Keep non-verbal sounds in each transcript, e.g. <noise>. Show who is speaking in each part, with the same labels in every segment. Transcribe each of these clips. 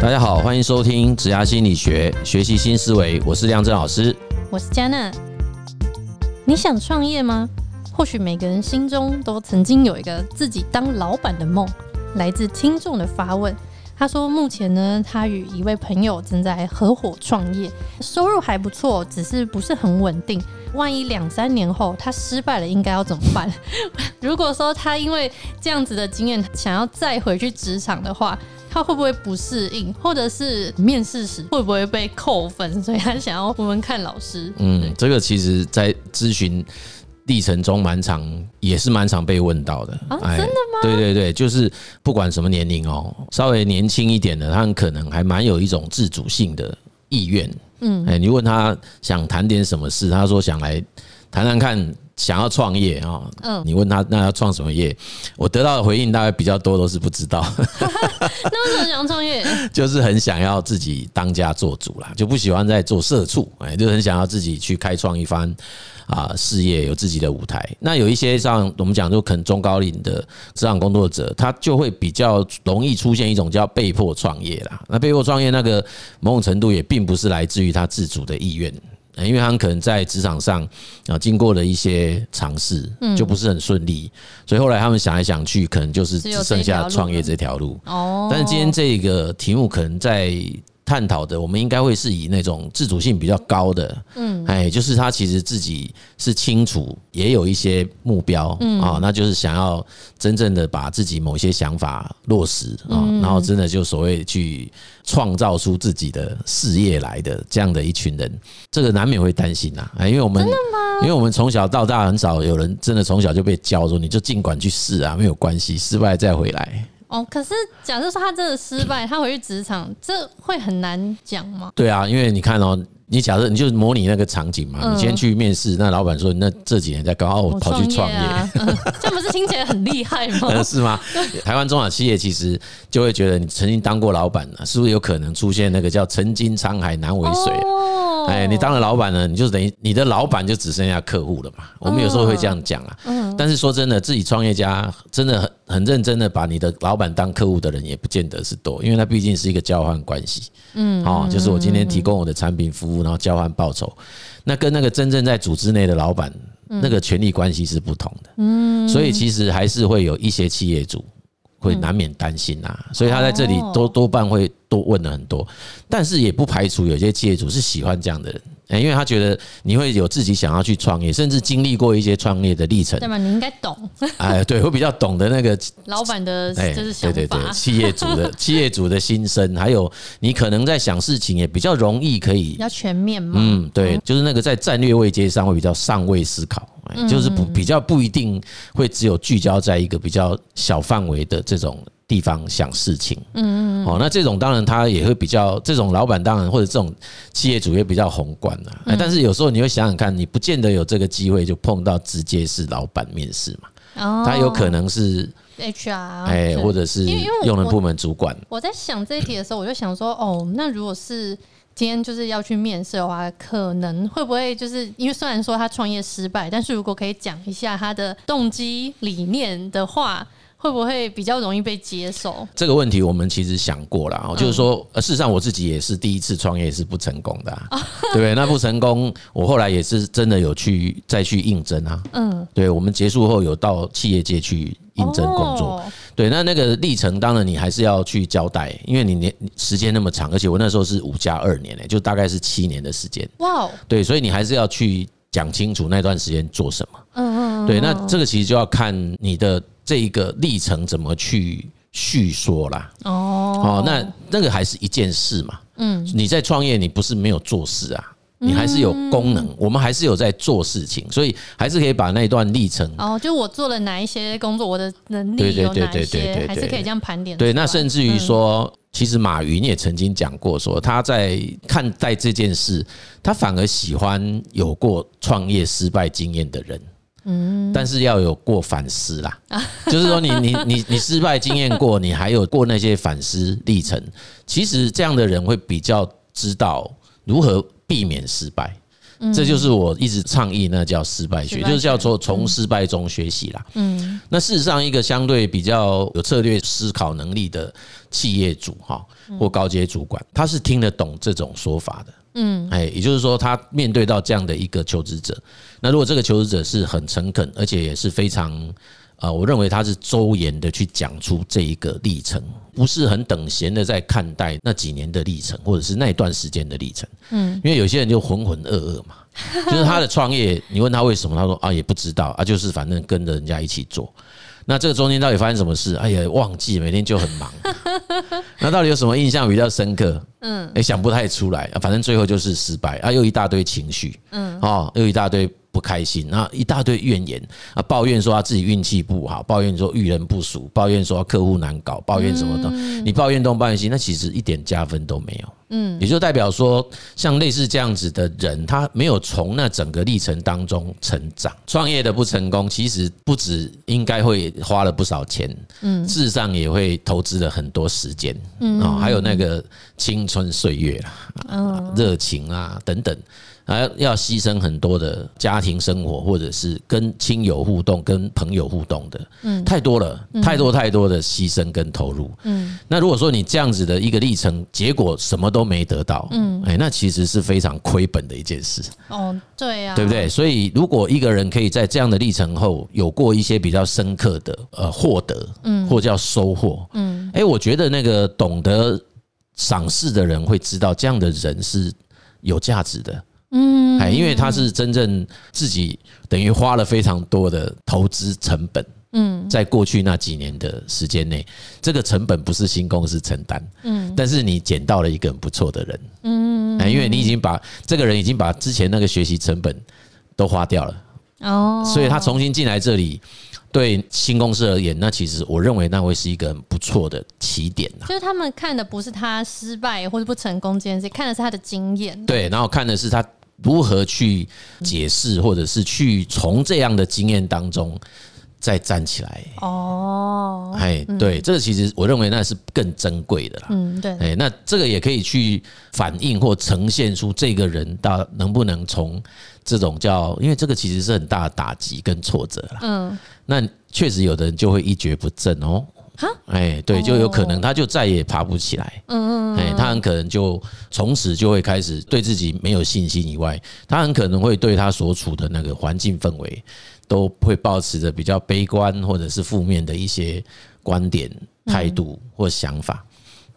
Speaker 1: 大家好，欢迎收听《职涯心理学》，学习新思维。我是亮正老师。
Speaker 2: 我是佳娜。你想创业吗？或许每个人心中都曾经有一个自己当老板的梦。来自听众的发问，他说目前呢，他与一位朋友正在合伙创业，收入还不错，只是不是很稳定。万一两三年后他失败了，应该要怎么办？ <laughs> 如果说他因为这样子的经验想要再回去职场的话，他会不会不适应，或者是面试时会不会被扣分？所以他想要问问看老
Speaker 1: <laughs>
Speaker 2: 师。
Speaker 1: 嗯，这个其实在咨询历程中蛮常，也是蛮常被问到的。
Speaker 2: 啊真的
Speaker 1: 吗？对对对，就是不管什么年龄哦，稍微年轻一点的，他很可能还蛮有一种自主性的意愿。嗯，哎，你问他想谈点什么事，他说想来谈谈看。想要创业啊、哦，
Speaker 2: 嗯
Speaker 1: 你问他那要创什么业，我得到的回应大概比较多都是不知道，
Speaker 2: 那为什么想要创业？
Speaker 1: <laughs> 就是很想要自己当家做主啦，就不喜欢在做社畜，哎，就很想要自己去开创一番啊事业，有自己的舞台。那有一些像我们讲，就可能中高龄的职场工作者，他就会比较容易出现一种叫被迫创业啦。那被迫创业那个某种程度也并不是来自于他自主的意愿。呃因为他们可能在职场上啊，经过了一些尝试，
Speaker 2: 嗯
Speaker 1: 就不是很顺利，所以后来他们想来想去，可能就是
Speaker 2: 只
Speaker 1: 只
Speaker 2: 有这
Speaker 1: 剩
Speaker 2: 条
Speaker 1: 下
Speaker 2: 路
Speaker 1: 创业
Speaker 2: 了
Speaker 1: 这条路。
Speaker 2: 哦
Speaker 1: 但是今天这个题目可能在探讨的，我们应该会是以那种自主性比较高的，嗯，哎，就是他其实自己是清楚，也有一些目标，嗯啊，那就是想要真正的把自己某些想法落实啊，然后真的就所谓去创造出自己的事业来的这样的一群人，这个难免会担心呐、啊，哎因为我们因为我们从小到大很少有人真的从小就被教说你就尽管去试啊，没有关系，失败再回来。
Speaker 2: 哦，可是假设说他真的失败，他回去职场，这会很难讲吗？
Speaker 1: 对啊，因为你看哦、你假设你就是模拟那个场景嘛，
Speaker 2: 嗯
Speaker 1: 你先去面试，那老板说那这几年在干嘛？哦，我
Speaker 2: 我
Speaker 1: 跑去创
Speaker 2: 创
Speaker 1: 业。 <laughs>
Speaker 2: 啊，嗯 <laughs> 这样不是听起来很厉害吗
Speaker 1: 呃？是吗？ <laughs> 台湾中小企业其实就会觉得你曾经当过老板了，是不是有可能出现那个叫“曾经沧海难为水”？
Speaker 2: 哦
Speaker 1: 哎，你当了老板了，你就等于你的老板就只剩下客户了嘛。我们有时候会这样讲啊。但是说真的，自己创业家真的很很认真的把你的老板当客户的人也不见得是多，因为他毕竟是一个交换关系。嗯，哦，就是我今天提供我的产品服务，然后交换报酬，那跟那个真正在组织内的老板。那个权力关系是不同的，嗯，所以其实还是会有一些企业主会
Speaker 2: 嗯
Speaker 1: 难免担心啊，所以他在这里
Speaker 2: 哦
Speaker 1: 多多半会多问了很多，但是也不排除有些企业主是喜欢这样的人，哎诶因为他觉得你会有自己想要去创业，甚至经历过一些创业的历程
Speaker 2: 对，吧？你应该懂
Speaker 1: 哎，对，会比较懂得那个
Speaker 2: 老板的
Speaker 1: 哎，
Speaker 2: 就是想
Speaker 1: 对对对，
Speaker 2: 法， <laughs>
Speaker 1: 企业主的企业主的心声，还有你可能在想事情也比较容易可以
Speaker 2: 比较全面嘛。
Speaker 1: 嗯，对，就是那个在战略位阶上会比较上位思考，
Speaker 2: 嗯
Speaker 1: 哎就是不比较不一定会只有聚焦在一个比较小范围的这种地方想事情。嗯嗯，哦，那这种当然他也会比较，这种老板当然或者这种企业主也比较宏观啦、
Speaker 2: 嗯
Speaker 1: 哎但是有时候你会想想看，你不见得有这个机会就碰到直接是老板面试嘛，
Speaker 2: 哦
Speaker 1: 他有可能是
Speaker 2: HR
Speaker 1: 哎，
Speaker 2: 对
Speaker 1: 或者是
Speaker 2: 因为因为我
Speaker 1: 用人部门主管。啊
Speaker 2: 我在想这一题的时候，我就想说，哦，那如果是今天就是要去面试的话，可能会不会就是因为虽然说他创业失败，但是如果可以讲一下他的动机理念的话，会不会比较容易被接受？
Speaker 1: 这个问题我们其实想过了啊，就是说，呃事实上我自己也是第一次创业是不成功的、啊， <laughs> 对不对？那不成功，我后来也是真的有去再去应征啊，嗯，对，我们结束后有到企业界去应征工作，
Speaker 2: 哦
Speaker 1: 对，那那个历程当然你还是要去交代，因为你年你时间那么长，而且我那时候是五加二年呢、就大概是七年的时间，
Speaker 2: 哇哦，
Speaker 1: 对，所以你还是要去讲清楚那段时间做什么。嗯嗯。对，那这个其实就要看你的这一个历程怎么去叙说啦。哦。哦，那那个还是一件事嘛。嗯。你在创业，你不是没有做事啊。你还是有功能，我们还是有在做事情，所以还是可以把那段历程
Speaker 2: 哦，就我做了哪一些工作，我的能
Speaker 1: 对
Speaker 2: 力
Speaker 1: 对
Speaker 2: 有
Speaker 1: 对
Speaker 2: 哪
Speaker 1: 对
Speaker 2: 一
Speaker 1: 对对
Speaker 2: 些，还是
Speaker 1: 对
Speaker 2: 可以这样盘点出来。
Speaker 1: 对，
Speaker 2: 嗯
Speaker 1: 那甚至于说，其实马云也曾经讲过说，他在看待这件事，他反而喜欢有过创业失败经验的人。嗯，但是要有过反思啦， <laughs> 就是说你你你你失败经验过，你还有过那些反思历程，其实这样的人会比较知道如何避免失败。这就是我一直倡议那叫失败学
Speaker 2: 嗯失，败
Speaker 1: 就是叫
Speaker 2: 学
Speaker 1: 做从失败中学习啦。
Speaker 2: 嗯
Speaker 1: 那事实上，一个相对比较有策略思考能力的企业主哈，或高阶主管，他是听得懂这种说法的。
Speaker 2: 嗯
Speaker 1: 哎，也就是说，他面对到这样的一个求职者，那如果这个求职者是很诚恳，而且也是非常。呃，我认为他是周延的去讲出这一个历程，不是很等闲的在看待那几年的历程，或者是那一段时间的历程。嗯，因为有些人就浑浑噩噩 <laughs> 嘛，就是他的创业，你问他为什么，他说啊也不知道啊，就是反正跟着人家一起做。那这个中间到底发生什么事？哎呀，忘记，每天就很 <laughs> 忙。那到底有什么印象比较深刻？嗯，也想不太出来，啊反正最后就是失败啊，又一大堆情绪，嗯，哦，又一大堆不开心，那一大堆怨言啊，抱怨说他自己运气不好，抱怨说遇人不淑，抱怨说客户难搞，抱怨什么的，你抱怨东抱怨西，那其实一点加分都没有。嗯嗯，也就代表说，像类似这样子的人，他没有从那整个历程当中成长。创业的不成功，其实不止应该会花了不少钱，嗯，事实上也会投资了很多时间，嗯，啊，还有那个青春岁月啦，啊热情啊等等，还要牺牲很多的家庭生活，或者是跟亲友互动、跟朋友互动的，嗯，太多了，太多太多的牺牲跟投入，嗯，那如果说你这样子的一个历程，结果什么都没得到，嗯，哎，那其实是非常亏本的一件事，
Speaker 2: 哦，对呀、啊，
Speaker 1: 对不？对？所以，如果一个人可以在这样的历程后有过一些比较深刻的呃获得，嗯，或叫收获，嗯，哎，我觉得那个懂得赏识的人会知道，这样的人是有价值的，嗯，哎，因为他是真正自己等于花了非常多的投资成本。嗯，在过去那几年的时间内，这个成本不是新公司承担，嗯，但是你捡到了一个很不错的人，嗯，因为你已经把这个人已经把之前那个学习成本都花掉了，
Speaker 2: 哦，
Speaker 1: 所以他重新进来这里，对新公司而言，那其实我认为那会是一个很不错的起点啊呐。
Speaker 2: 就是他们看的不是他失败或者不成功这件事，看的是他的经验。
Speaker 1: 对，然后看的是他如何去解释，或者是去从这样的经验当中再站起来。
Speaker 2: 哦，
Speaker 1: 哎，对，这个其实我认为那是更珍贵的啦。
Speaker 2: 嗯，对，
Speaker 1: 哎，那这个也可以去反映或呈现出这个人到能不能从这种叫，因为这个其实是很大的打击跟挫折啦。
Speaker 2: 嗯，
Speaker 1: 那确实有的人就会一蹶不振哦
Speaker 2: 哈。
Speaker 1: 哎，对，就有可能
Speaker 2: 哦
Speaker 1: 他就再也爬不起来。嗯嗯，哎，他很可能就从此就会开始对自己没有信心，以外，他很可能会对他所处的那个环境氛围，都会保持着比较悲观或者是负面的一些观点、态度或想法。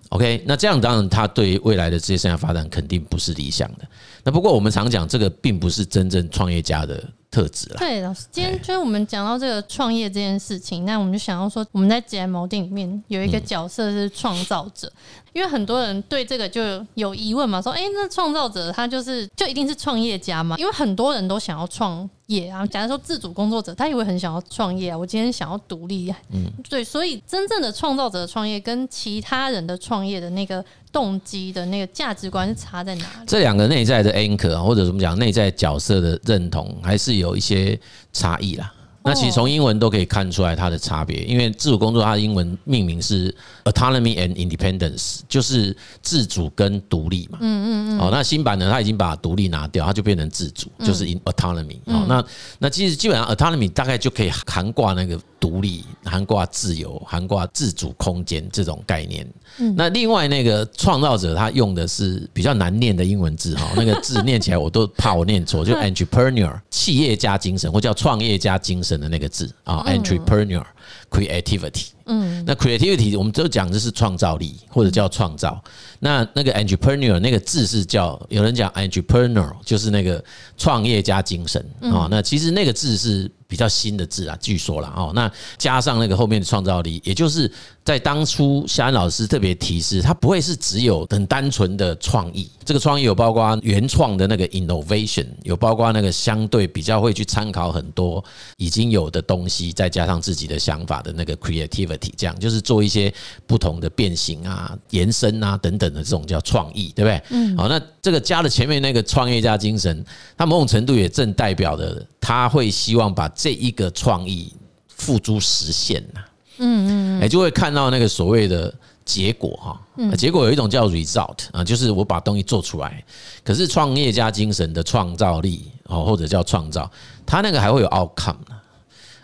Speaker 1: OK，那这样当然，他对未来的职业生涯发展肯定不是理想的。那不过我们常讲，这个并不是真正创业家的特质啊啦。哎
Speaker 2: 对，老师，今天就是我们讲到这个创业这件事情，那我们就想要说，我们在《解锚定》里面有一
Speaker 1: 嗯
Speaker 2: 个角色是创造者，因为很多人对这个就有疑问嘛，说，哎、那创造者他就是就一定是创业家嘛？因为很多人都想要创业啊，假如说自主工作者，他也会很想要创业啊，我今天想要独立、啊，嗯，对，所以真正的创造者的创业跟其他人的创业的那个动机的那个价值观是差在哪里？
Speaker 1: 这两个内在的 anchor 或者怎么讲，内在角色的认同还是有一些差异啦。那其实从英文都可以看出来它的差别，因为自主工作它的英文命名是 autonomy and independence，就是自主跟独立嘛。嗯嗯嗯。嗯哦，那新版呢，它已经把独立拿掉，它就变成自主，就是 in autonomy。哦，那那其实基本上 autonomy 大概就可以涵挂那个独立、涵挂自由、涵挂自主空间这种概念。那另外那个创造者，他用的是比较难念的英文字哈，那个字念起来我都怕我念错，就 entrepreneur 企业家精神或叫创业家精神的那个字啊，entrepreneur creativity。嗯，那 creativity 我们都讲的是创造力或者叫创造。那那个 entrepreneur 那个字是叫有人讲 entrepreneur 就是那个创业家精神啊。那其实那个字是比较新的字啊，据说啦哦。那加上那个后面的创造力，也就是在当初夏安老师特别提示，它不会是只有很单纯的创意，这个创意有包括原创的那个 innovation，有包括那个相对比较会去参考很多已经有的东西，再加上自己的想法的那个 creativity，这样就是做一些不同的变形啊、延伸啊等等的这种叫创意，对不对？嗯。好，那这个加了前面那个创业家精神，它某种程度也正代表的，他会希望把这一个创意付诸实现呐、啊
Speaker 2: 嗯嗯嗯
Speaker 1: 哎，就会看到那个所谓的结果哈。呃结果有一种叫 result 啊，就是我把东西做出来。可是创业家精神的创造力哦，或者叫创造，它那个还会有 outcome 呢。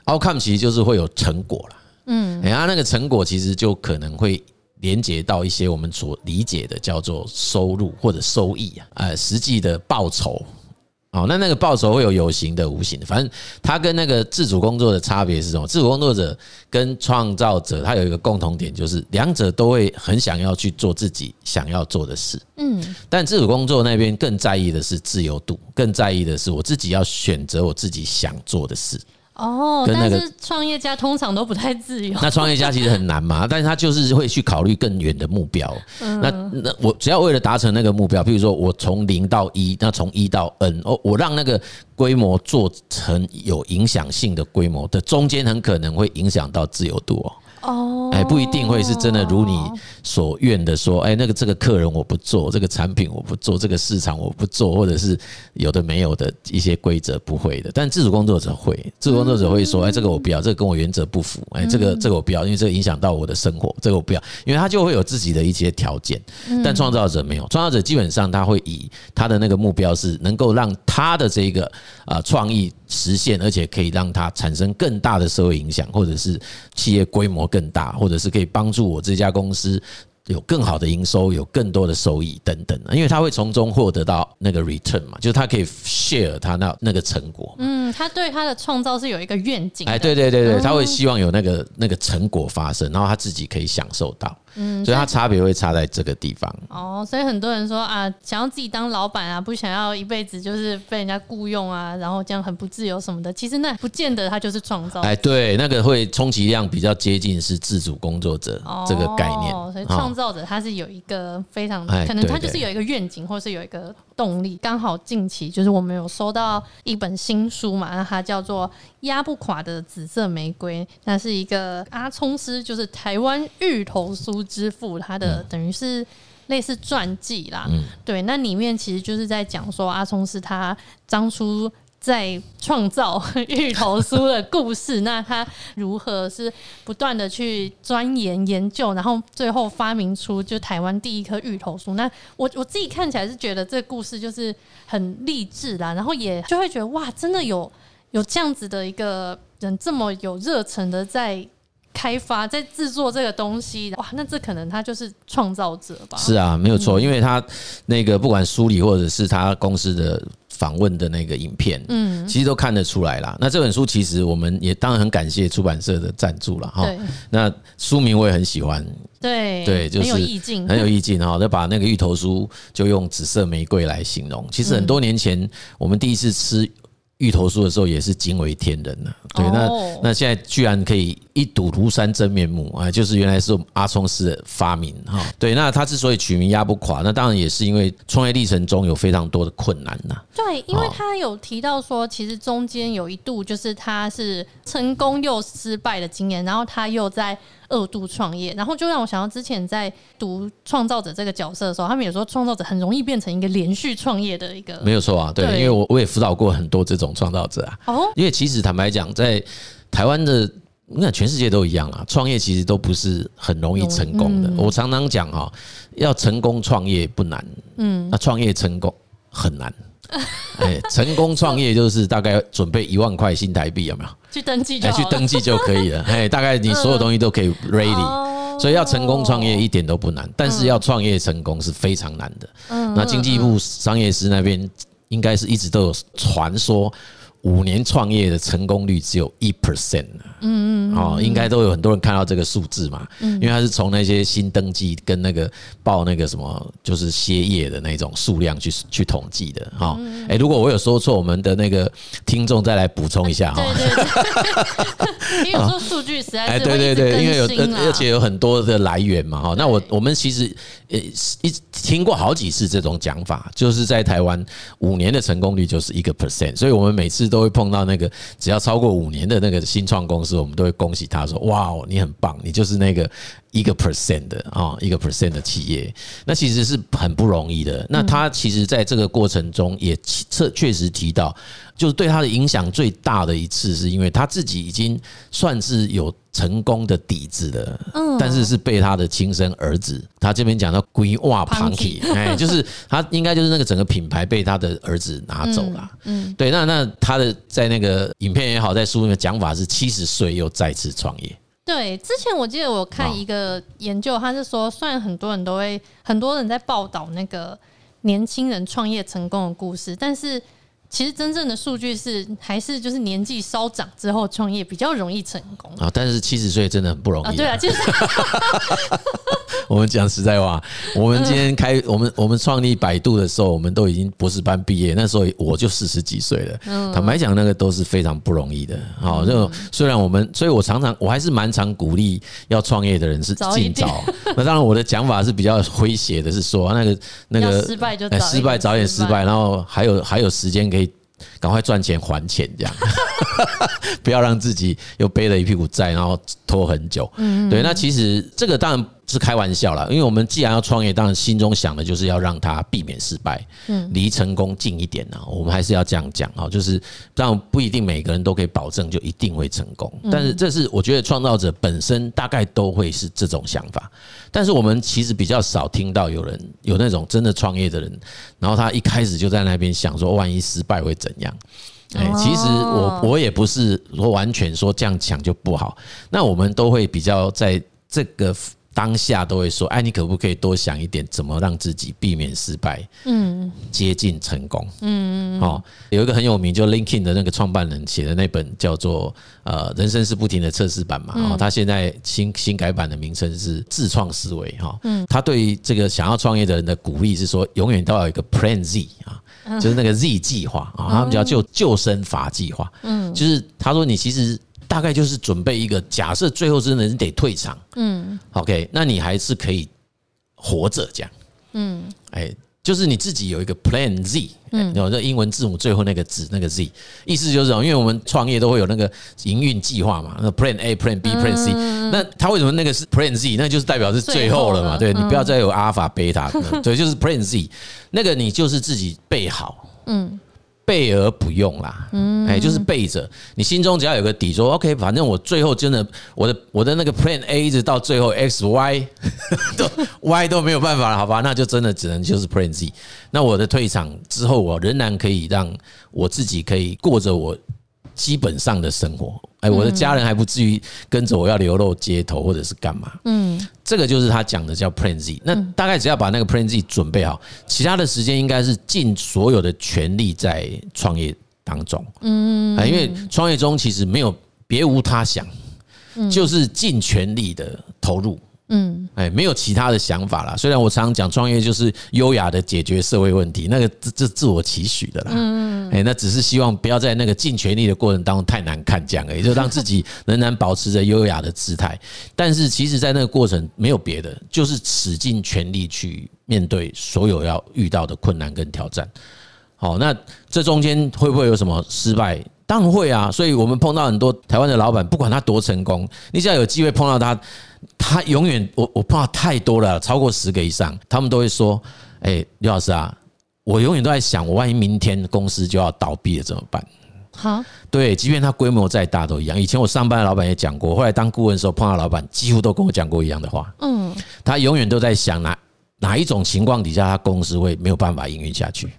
Speaker 1: outcome 其实就是会有成果了。嗯，哎，它那个成果其实就可能会。连接到一些我们所理解的叫做收入或者收益啊，呃，实际的报酬哦，那那个报酬会有有形的、无形的，反正它跟那个自主工作的差别是什么？自主工作者跟创造者，它有一个共同点，就是两者都会很想要去做自己想要做的事。
Speaker 2: 嗯
Speaker 1: 但自主工作那边更在意的是自由度，更在意的是我自己要选择我自己想做的事。
Speaker 2: 哦，
Speaker 1: 跟那
Speaker 2: 但
Speaker 1: 个
Speaker 2: 是创业家通常都不太自由。
Speaker 1: 那创业家其实很难嘛， <laughs> 但是他就是会去考虑更远的目标。那那我只要为了达成那个目标，比如说我从零到一，那从一到 n，哦，我让那个规模做成有影响性的规模的中间，很可能会影响到自由度哦。
Speaker 2: 哦，
Speaker 1: 哎，不一定会是真的如你所愿的说，哎，那个这个客人我不做，这个产品我不做，这个市场我不做，或者是有的没有的一些规则不会的。但自主工作者会，自主工作者会说，哎，这个我不要，这个跟我原则不符，哎，这个这个我不要，因为这个影响到我的生活，这个我不要，因为他就会有自己的一些条件。但创造者没有，创造者基本上他会以他的那个目标是能够让他的这个啊创意实现，而且可以让它产生更大的社会影响，或者是企业规模更大，或者是可以帮助我这家公司。有更好的营收，有更多的收益等等，因为他会从中获得到那个 return 嘛，就是他可以 share 他那那个成果。
Speaker 2: 嗯，他对他的创造是有一个愿景的。
Speaker 1: 哎，对对对对，他会希望有那个那个成果发生，然后他自己可以享受到。嗯，所以他差别会差在这个地方。
Speaker 2: 哦，所以很多人说啊，想要自己当老板啊，不想要一辈子就是被人家雇佣啊，然后这样很不自由什么的。其实那不见得他就是创造。
Speaker 1: 哎，对，那个会充其量比较接近是自主工作者
Speaker 2: 哦
Speaker 1: 这个概念。
Speaker 2: 所以
Speaker 1: 哦
Speaker 2: 创造者他是有一个非常，
Speaker 1: 哎
Speaker 2: 可能他
Speaker 1: 对对
Speaker 2: 就是有一个愿景，或是有一个动力。刚好近期就是我们有收到一本新书嘛，那它叫做《压不垮的紫色玫瑰》，那是一个阿聪师，就是台湾芋头酥之父，他
Speaker 1: 嗯
Speaker 2: 的等于是。类似传记啦，对，那里面其实就是在讲说阿聪是他当初在创造 <laughs> 芋头酥的故事，那他如何是不断的去钻研研究，然后最后发明出就台湾第一颗芋头酥。那我我自己看起来是觉得这个故事就是很励志啦，然后也就会觉得哇，真的有有这样子的一个人这么有热忱的在。开发在制作这个东西，哇，那这可能他就是创造者吧？嗯
Speaker 1: 是啊，没有错，因为他那个不管书里或者是他公司的访问的那个影片，嗯，其实都看得出来啦。那这本书其实我们也当然很感谢出版社的赞助了哈。
Speaker 2: 对
Speaker 1: 那书名我也很喜欢，
Speaker 2: 对
Speaker 1: 对就是
Speaker 2: 很有意境，
Speaker 1: 很有意境哦哈。那把那个芋头酥就用紫色玫瑰来形容。其实很多年前我们第一次吃芋头酥的时候，也是惊为天人呐、对，
Speaker 2: 哦
Speaker 1: 那那现在居然可以一睹庐山真面目啊，就是原来是我们阿聪师的发明哈。对，那他之所以取名压不垮，那当然也是因为创业历程中有非常多的困难呐、
Speaker 2: 对，因为
Speaker 1: 哦
Speaker 2: 他有提到说，其实中间有一度就是他是成功又失败的经验，然后他又在二度创业，然后就让我想到之前在读创造者这个角色的时候，他们也说创造者很容易变成一个连续创业的一个
Speaker 1: 没有错啊，对，
Speaker 2: 对
Speaker 1: 因为我我也辅导过很多这种创造者啊。
Speaker 2: 哦，
Speaker 1: 因为其实坦白讲，在台湾的那全世界都一样啦，创业其实都不是很容易嗯成功的。我常常讲哈，要成功创业不难，嗯，那创业成功很难。 <laughs> 哎，成功创业就是大概准备一万块新台币，有没有？
Speaker 2: 去登记就
Speaker 1: 哎，
Speaker 2: 好
Speaker 1: 去
Speaker 2: 了。
Speaker 1: 登记就可
Speaker 2: <laughs>
Speaker 1: 以了。哎，大概你所有东西都可以 ready。
Speaker 2: 哦
Speaker 1: 所以要成功创业一点都不难，但是要创业成功是非常难的。
Speaker 2: 嗯
Speaker 1: 那经济部商业司那边应该是一直都有传说，五年创业的成功率只有一 percent。嗯嗯，哦，应该都有很多人看到这个数字嘛，
Speaker 2: 嗯
Speaker 1: 因为它是从那些新登记跟那个报那个什么就是歇业的那种数量去去统计的哈。
Speaker 2: 嗯
Speaker 1: 哎，如果我有说错，我们的那个听众再来补充一下哈。<laughs>
Speaker 2: 对对对，因为有时候数据实在
Speaker 1: 哎，
Speaker 2: 是会
Speaker 1: 对对
Speaker 2: 一直
Speaker 1: 对，因为有呃
Speaker 2: 更新啦啊
Speaker 1: 而而且有很多的来源嘛，哈。那我我们其实呃一听过好几次这种讲法，就是在台湾五年的成功率就是一个 percent，所以我们每次都会碰到那个只要超过五年的那个新创公司，我们都会恭喜他说：“哇哦，你很棒，你就是那个一个 percent 的啊，一个 percent 的企业。”那其实是很不容易的。
Speaker 2: 嗯
Speaker 1: 那他其实在这个过程中也确确实提到，就是对他的影响最大的一次，是因为他自己已经算是有。成功的底子的，
Speaker 2: 嗯
Speaker 1: 但是是被他的亲生儿子，他这边讲到规划旁体，哎，就是他应该就是那个整个品牌被他的儿子拿走了。
Speaker 2: 嗯，
Speaker 1: 对，那那他的在那个影片也好，在书里面讲法是七十岁又再次创业，
Speaker 2: 对，之前我记得我
Speaker 1: 啊
Speaker 2: 看一个研究，他是说，虽然很多人都会，很多人在报道那个年轻人创业成功的故事，但是其实真正的数据是，还是就是年纪稍长之后创业比较容易成功
Speaker 1: 啊，但是七十岁真的很不容易、
Speaker 2: 啊。对啊，其实 <laughs>
Speaker 1: <laughs> 我们讲实在话，我们今天开我们我们创立百度的时候，我们都已经博士班毕业，那时候我就四十几岁
Speaker 2: 嗯
Speaker 1: 了。坦白讲，那个都是非常不容易的。好，就虽然我们，所以我常常我还是蛮常鼓励要创业的人是
Speaker 2: 早一
Speaker 1: 尽
Speaker 2: 点
Speaker 1: 早。那当然，我的讲法是比较诙谐的，是说那个那
Speaker 2: 要
Speaker 1: 个
Speaker 2: 失败就
Speaker 1: 哎
Speaker 2: 早一
Speaker 1: 失败
Speaker 2: 点
Speaker 1: 早点
Speaker 2: 失
Speaker 1: 失
Speaker 2: 败
Speaker 1: 败，然后还有还有时间可以赶快赚钱还钱这样。 <laughs> 不要让自己又背了一屁股债，然后拖很久。
Speaker 2: 嗯
Speaker 1: 对。那其实这个当然是开玩笑啦，因为我们既然要创业，当然心中想的就是要让它避免失败，
Speaker 2: 嗯
Speaker 1: 离成功近一点呢。我们还是要这样讲哈，就是当然不一定每个人都可以保证就一定会成功，
Speaker 2: 嗯
Speaker 1: 但是这是我觉得创造者本身大概都会是这种想法。但是我们其实比较少听到有人有那种真的创业的人，然后他一开始就在那边想说，哦万一失败会怎样？哎，其实我我也不是说完全说这样讲就不好，那我们都会比较在这个当下都会说，哎，你可不可以多想一点，怎么让自己避免失败，
Speaker 2: 嗯，
Speaker 1: 接近成功？嗯，哦，有一个很有名，就 LinkedIn 的那个创办人写的那本叫做呃人生是不停的测试版嘛，哦，他现在新新改版的名称是自创思维哈，嗯，他对于这个想要创业的人的鼓励是说，永远都要有一个 Plan Z 啊。就是那个 Z 计划啊，他们叫救救生法计划。嗯，就是他说你其实大概就是准备一个假设，最后真的是得退场。嗯，OK，那你还是可以活着这样。嗯，哎，就是你自己有一个 Plan Z，嗯，有那英文字母最后那个字那个 Z，意思就是哦，因为我们创业都会有那个营运计划嘛，那 Plan A、Plan B、Plan C，那
Speaker 2: 嗯
Speaker 1: 他为什么那个是 Plan Z？那就是代表是最后了嘛，
Speaker 2: 最
Speaker 1: 对
Speaker 2: 后了
Speaker 1: 你不要再有
Speaker 2: <laughs>
Speaker 1: Alpha、Beta，对，就是 Plan Z，那个你就是自己备好，
Speaker 2: 嗯
Speaker 1: 备而不用啦，哎，就是备着，你心中只要有个底，说 OK，反正我最后真的我的我的那个 Plan A 一直到最后 X Y 都 Y 都没有办法了，好吧，那就真的只能就是 Plan Z。那我的退场之后，我仍然可以让我自己可以过着我基本上的生活，哎，我的家人还不至于跟着我要流落街头或者是干嘛，
Speaker 2: 嗯，
Speaker 1: 这个就是他讲的叫 Plan Z。那大概只要把那个 Plan Z 准备好，其他的时间应该是尽所有的全力在创业当中。嗯，因为创业中其实没有别无他想，就是尽全力的投入。嗯，哎，没有其他的想法啦。虽然我常常讲创业就是优雅的解决社会问题，那个这这自我期许的啦。嗯，哎，那只是希望不要在那个尽全力的过程当中太难看这样而已，就让自己仍然保持着优雅的姿态。但是其实，在那个过程没有别的，就是使尽全力去面对所有要遇到的困难跟挑战。好，那这中间会不会有什么失败？当然会啊，所以我们碰到很多台湾的老板，不管他多成功，你只要有机会碰到他，他永远我我碰到太多了，超过十个以上，他们都会说：“哎、刘老师啊，我永远都在想，我万一明天公司就要倒闭了怎么办？”
Speaker 2: 好，
Speaker 1: 对，即便它规模再大都一样。以前我上班的老板也讲过，后来当顾问的时候碰到老板，几乎都跟我讲过一样的话。
Speaker 2: 嗯，
Speaker 1: 他永远都在想哪哪一种情况底下，他公司会没有办法营运下去。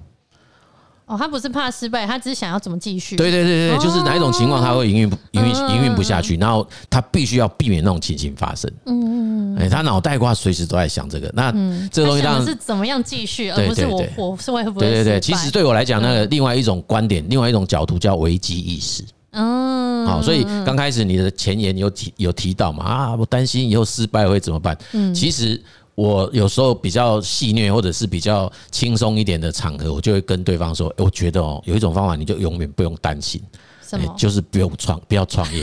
Speaker 2: 哦，他不是怕失败，他只是想要怎么继续。
Speaker 1: 对对对对，就是哪一种情况他会营运不营运
Speaker 2: 哦嗯
Speaker 1: 营运不下去，然后他必须要避免那种情形发生。嗯嗯哎，他脑袋瓜随时都在想这个。那这个
Speaker 2: 嗯他
Speaker 1: 东西当
Speaker 2: 想
Speaker 1: 然
Speaker 2: 的是怎么样继续，而
Speaker 1: 对
Speaker 2: 不是
Speaker 1: 对
Speaker 2: 我
Speaker 1: 对
Speaker 2: 我是会嗯不会
Speaker 1: 对对对，
Speaker 2: 失
Speaker 1: 其
Speaker 2: 败
Speaker 1: 实对我来讲，那个另外一种观点，另外一种角度叫危机意识。
Speaker 2: 嗯，
Speaker 1: 好，所以刚开始你的前言有提有提到嘛啊，我担心以后失败会怎么办？
Speaker 2: 嗯
Speaker 1: 其实我有时候比较戏谑或者是比较轻松一点的场合，我就会跟对方说，诶我觉得哦，有一种方法你就永远不用担心，
Speaker 2: 什
Speaker 1: 诶
Speaker 2: 么？
Speaker 1: 哎就是不用创，不要创 <laughs> 业。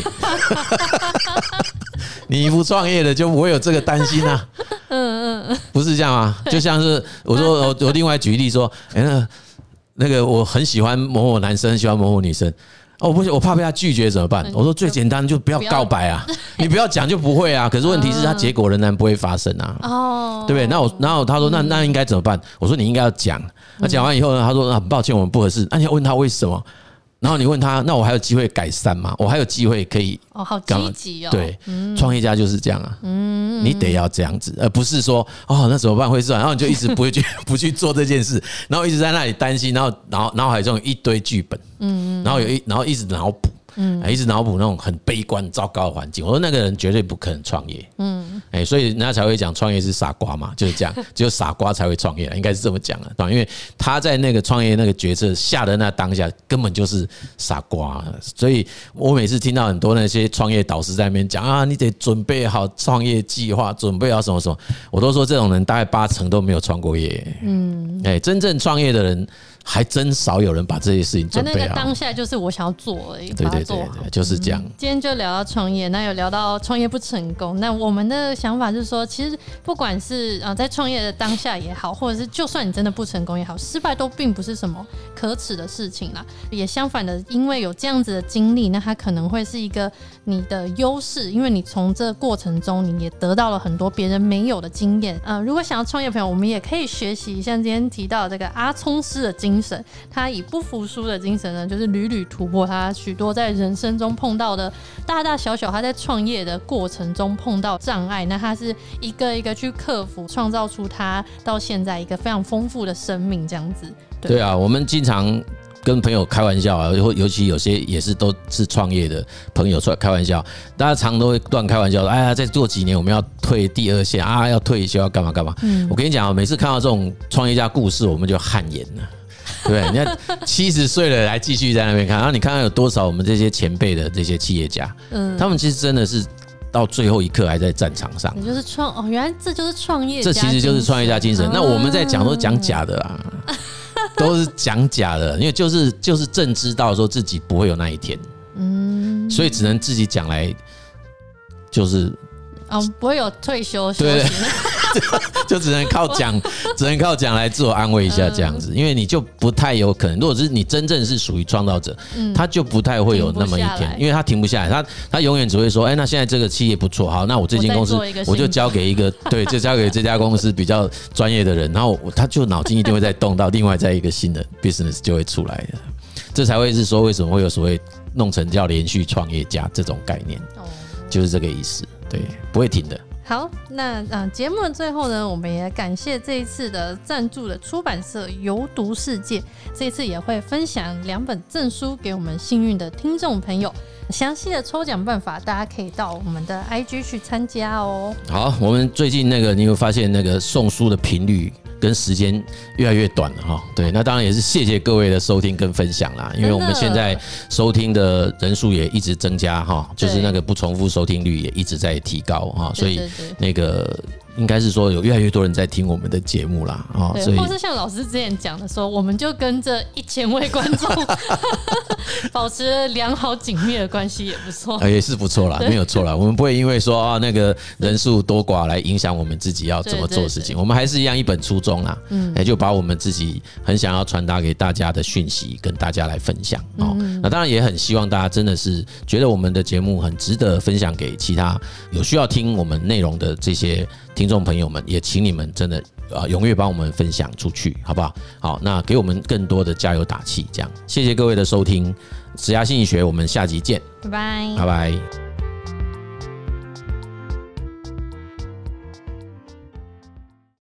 Speaker 1: 你不创业了，就不会有这个担心啊。嗯嗯，不是这样吗？就像是我说，我我另外举例说，哎、那那个我很喜欢某某男生，很喜欢某某女生。哦，我不行，我怕被他拒绝怎么办？我说最简单嗯就不要
Speaker 2: 不要
Speaker 1: 告白 <laughs> 啊，你不要讲就不会啊。可是问题是，他结果仍然不会发生啊。
Speaker 2: 哦，
Speaker 1: 对不对？那我，然后他说，那那应该怎么办？我说你应该要讲。那讲完以后呢，他说，啊很抱歉，我们不合适。那你要问他为什么？然后你问他，那我还有机会改善吗？我还有机会可以
Speaker 2: 哦，好
Speaker 1: 干
Speaker 2: 积
Speaker 1: 嘛
Speaker 2: 极哦，
Speaker 1: 对，创业家就是这样啊，你得要这样子，而不是说哦，那怎么办会 <laughs> 算，然后你就一直不会去不去做这件事，然后一直在那里担心，然后然后脑海中有一堆剧本，嗯，然后有一然后一直脑补，嗯，一直脑补那种很悲观糟糕的环境。我说那个人绝对不可能创业，嗯，哎，所以人家才会讲创业是傻瓜嘛，就是这样， <laughs> 只有傻瓜才会创业啦，应该是这么讲啊，对吧因为他在那个创业那个决策下的那当下根本就是傻瓜啊，所以我每次听到很多那些创业导师在那边讲啊，你得准备好创业计划，准备好什么什么，我都说这种人大概八成都没有创过业，嗯，哎，真正创业的人还真少有人把这些事情
Speaker 2: 他
Speaker 1: 准
Speaker 2: 那
Speaker 1: 备
Speaker 2: 个
Speaker 1: 好
Speaker 2: 当。下就是我想要做而已，
Speaker 1: 对
Speaker 2: 把它
Speaker 1: 对
Speaker 2: 做
Speaker 1: 对
Speaker 2: 好。
Speaker 1: 对，就是这样。
Speaker 2: 今天就聊到创业，那有聊到创业不成功，那我们的想法就是说，其实不管是呃在创业的当下也好，或者是就算你真的不成功也好，失败都并不是什么可耻的事情啦。也相反的，因为有这样子的经历，那它可能会是一个你的优势，因为你从这过程中你也得到了很多别人没有的经验。嗯、如果想要创业朋友，我们也可以学习像今天提到的这个阿聪师的精神，他以不服输的精神呢，就是屡屡突破他许多在人生中碰到的大大小小，他在创业的过程中碰到障碍，那他是一个一个去克服，创造出他到现在一个非常丰富的生命这样子。对
Speaker 1: 对啊，我们经常跟朋友开玩笑啊，尤尤其有些也是都是创业的朋友出来开玩笑，大家常都会乱开玩笑说，哎呀，再做几年我们要退第二线啊，要退休要干嘛干嘛。
Speaker 2: 嗯
Speaker 1: 我跟你讲啊，每次看到这种创业家故事，我们就汗颜了。对不对，你
Speaker 2: <laughs>
Speaker 1: 看七十岁了还继续在那边看，然后你看看有多少我们这些前辈的这些企业家，
Speaker 2: 嗯，
Speaker 1: 他们其实真的是到最后一刻还在战场上。
Speaker 2: 也就是创哦，原来这就是创业家
Speaker 1: 这
Speaker 2: 精
Speaker 1: 其
Speaker 2: 神，
Speaker 1: 实 <laughs> 就是创业家精神。啊那我们在讲都讲
Speaker 2: 啊
Speaker 1: 假的 <laughs> 啦，都是讲假的，因为就是就是正知道说自己不会有那一天，嗯，所以只能自己讲来，就是
Speaker 2: 哦，不会有退休休
Speaker 1: 对
Speaker 2: 息
Speaker 1: 对， <laughs> 就只能靠
Speaker 2: <laughs>
Speaker 1: 讲，只能靠讲来自我安慰一
Speaker 2: 嗯
Speaker 1: 下这样子，因为你就不太有可能。如果是你真正是属于创造者，他就不太会有那么一
Speaker 2: 嗯停不下
Speaker 1: 天
Speaker 2: 来，
Speaker 1: 因为他停不下来，他他永远只会说，哎，那现在这个企业不错，好，那我这间公司
Speaker 2: 我再做一个新
Speaker 1: 我就交给一个对，就交给这家公司比较专业的人，然后我他就脑筋一定会再动到另外再一个新的 business 就会出来的，这才会是说为什么会有所谓弄成叫连续创业家这种概念，
Speaker 2: 哦
Speaker 1: 就是这个意思，对，不会停的。
Speaker 2: 好，那啊，呃节目的最后呢，我们也感谢这一次的赞助的出版社“游读世界”，这一次也会分享两本证书给我们幸运的听众朋友。详细的抽奖办法，大家可以到我们的 IG 去参加哦。
Speaker 1: 好，我们最近那个，你有发现那个送书的频率跟时间越来越短了哈？对，那当然也是谢谢各位的收听跟分享啦，因为我们现在收听的人数也一直增加哈，就是那个不重复收听率也一直在提高哈，所以
Speaker 2: 对对
Speaker 1: 那个应该是说有越来越多人在听我们的节目啦啊，
Speaker 2: 对
Speaker 1: 所
Speaker 2: 对，
Speaker 1: 以
Speaker 2: 或是像老师之前讲的说，我们就跟这一千位观
Speaker 1: <laughs>
Speaker 2: 众保持良好紧密的关系也不错。
Speaker 1: 呃也是不
Speaker 2: <laughs>
Speaker 1: 错啦，没有错啦。我们不会因为说啊那个人数多寡来影响我们自己要怎么做事
Speaker 2: 对对嗯
Speaker 1: 情，我们还是一样一本初衷啦，也就把我们自己很想要传达给大家的讯息跟大家来分享哦。
Speaker 2: 嗯
Speaker 1: 那当然也很希望大家真的是觉得我们的节目很值得分享给其他有需要听我们内容的这些听众朋友们，也请你们真的呃踊跃帮我们分享出去，好不好？好，那给我们更多的加油打气，这样谢谢各位的收听，《职涯心理学》，我们下集见，
Speaker 2: 拜拜。
Speaker 1: 拜拜。